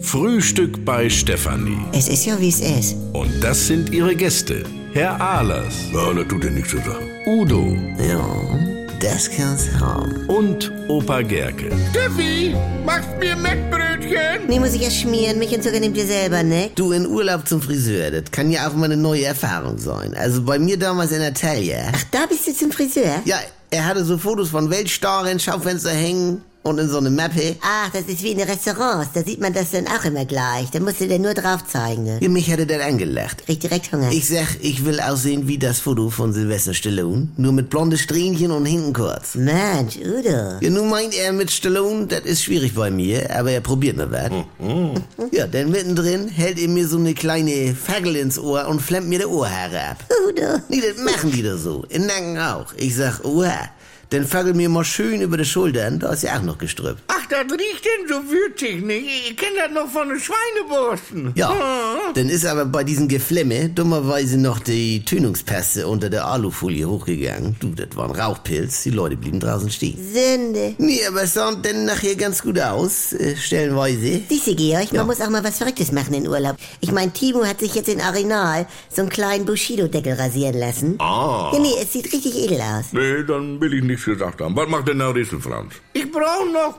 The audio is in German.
Frühstück bei Stefanie. Es ist ja, wie es ist. Und das sind ihre Gäste. Herr Ahlers. Ja, das tut ja nichts zu sagen. Udo Ja, das kann's haben. und Opa Gerke. Steffi, machst mir Mettbrötchen? Nee, muss ich ja schmieren. Mich und Zucker nehmt ihr selber, ne? Du in Urlaub zum Friseur, das kann ja auch mal eine neue Erfahrung sein. Also bei mir damals in Natalia. Ach, da bist du zum Friseur? Ja, er hatte so Fotos von Weltstarren, Schaufenster hängen und in so eine Mappe. Ach, das ist wie in den Restaurants. Da sieht man das dann auch immer gleich. Da musst du dir nur drauf zeigen, ne? Ja, mich hatte das angelacht. Krieg direkt Hunger. Ich sag, ich will aussehen wie das Foto von Sylvester Stallone, nur mit blonde Strähnchen und hinten kurz. Mensch, Udo. Ja, nun meint er mit Stallone, das ist schwierig bei mir, aber er probiert mal was. Ja, denn mittendrin hält er mir so eine kleine Fackel ins Ohr und flemmt mir die Ohrhaare ab. Udo. Nee, das machen die da so. In Nacken auch. Ich sag, oha, dann fackel mir mal schön über die Schultern, da ist ja auch noch gestrüppt. Ach, das riecht denn so würzig, nicht? Ich kenn das noch von den Schweineborsten. Ja, dann ist aber bei diesen Geflemme dummerweise noch die Tönungspässe unter der Alufolie hochgegangen. Du, das war ein Rauchpilz, die Leute blieben draußen stehen. Sünde. Nee, aber es sah denn nachher ganz gut aus, äh, stellenweise. Siehst du, Georg, man muss auch mal was Verrücktes machen in Urlaub. Ich mein, Timo hat sich jetzt in Arenal so einen kleinen Bushido-Deckel rasieren lassen. Ah, Ja, nee, es sieht richtig edel aus. nee, dann will ich nichts gesagt haben. Was macht denn der Riesenfranz? Ich brauch noch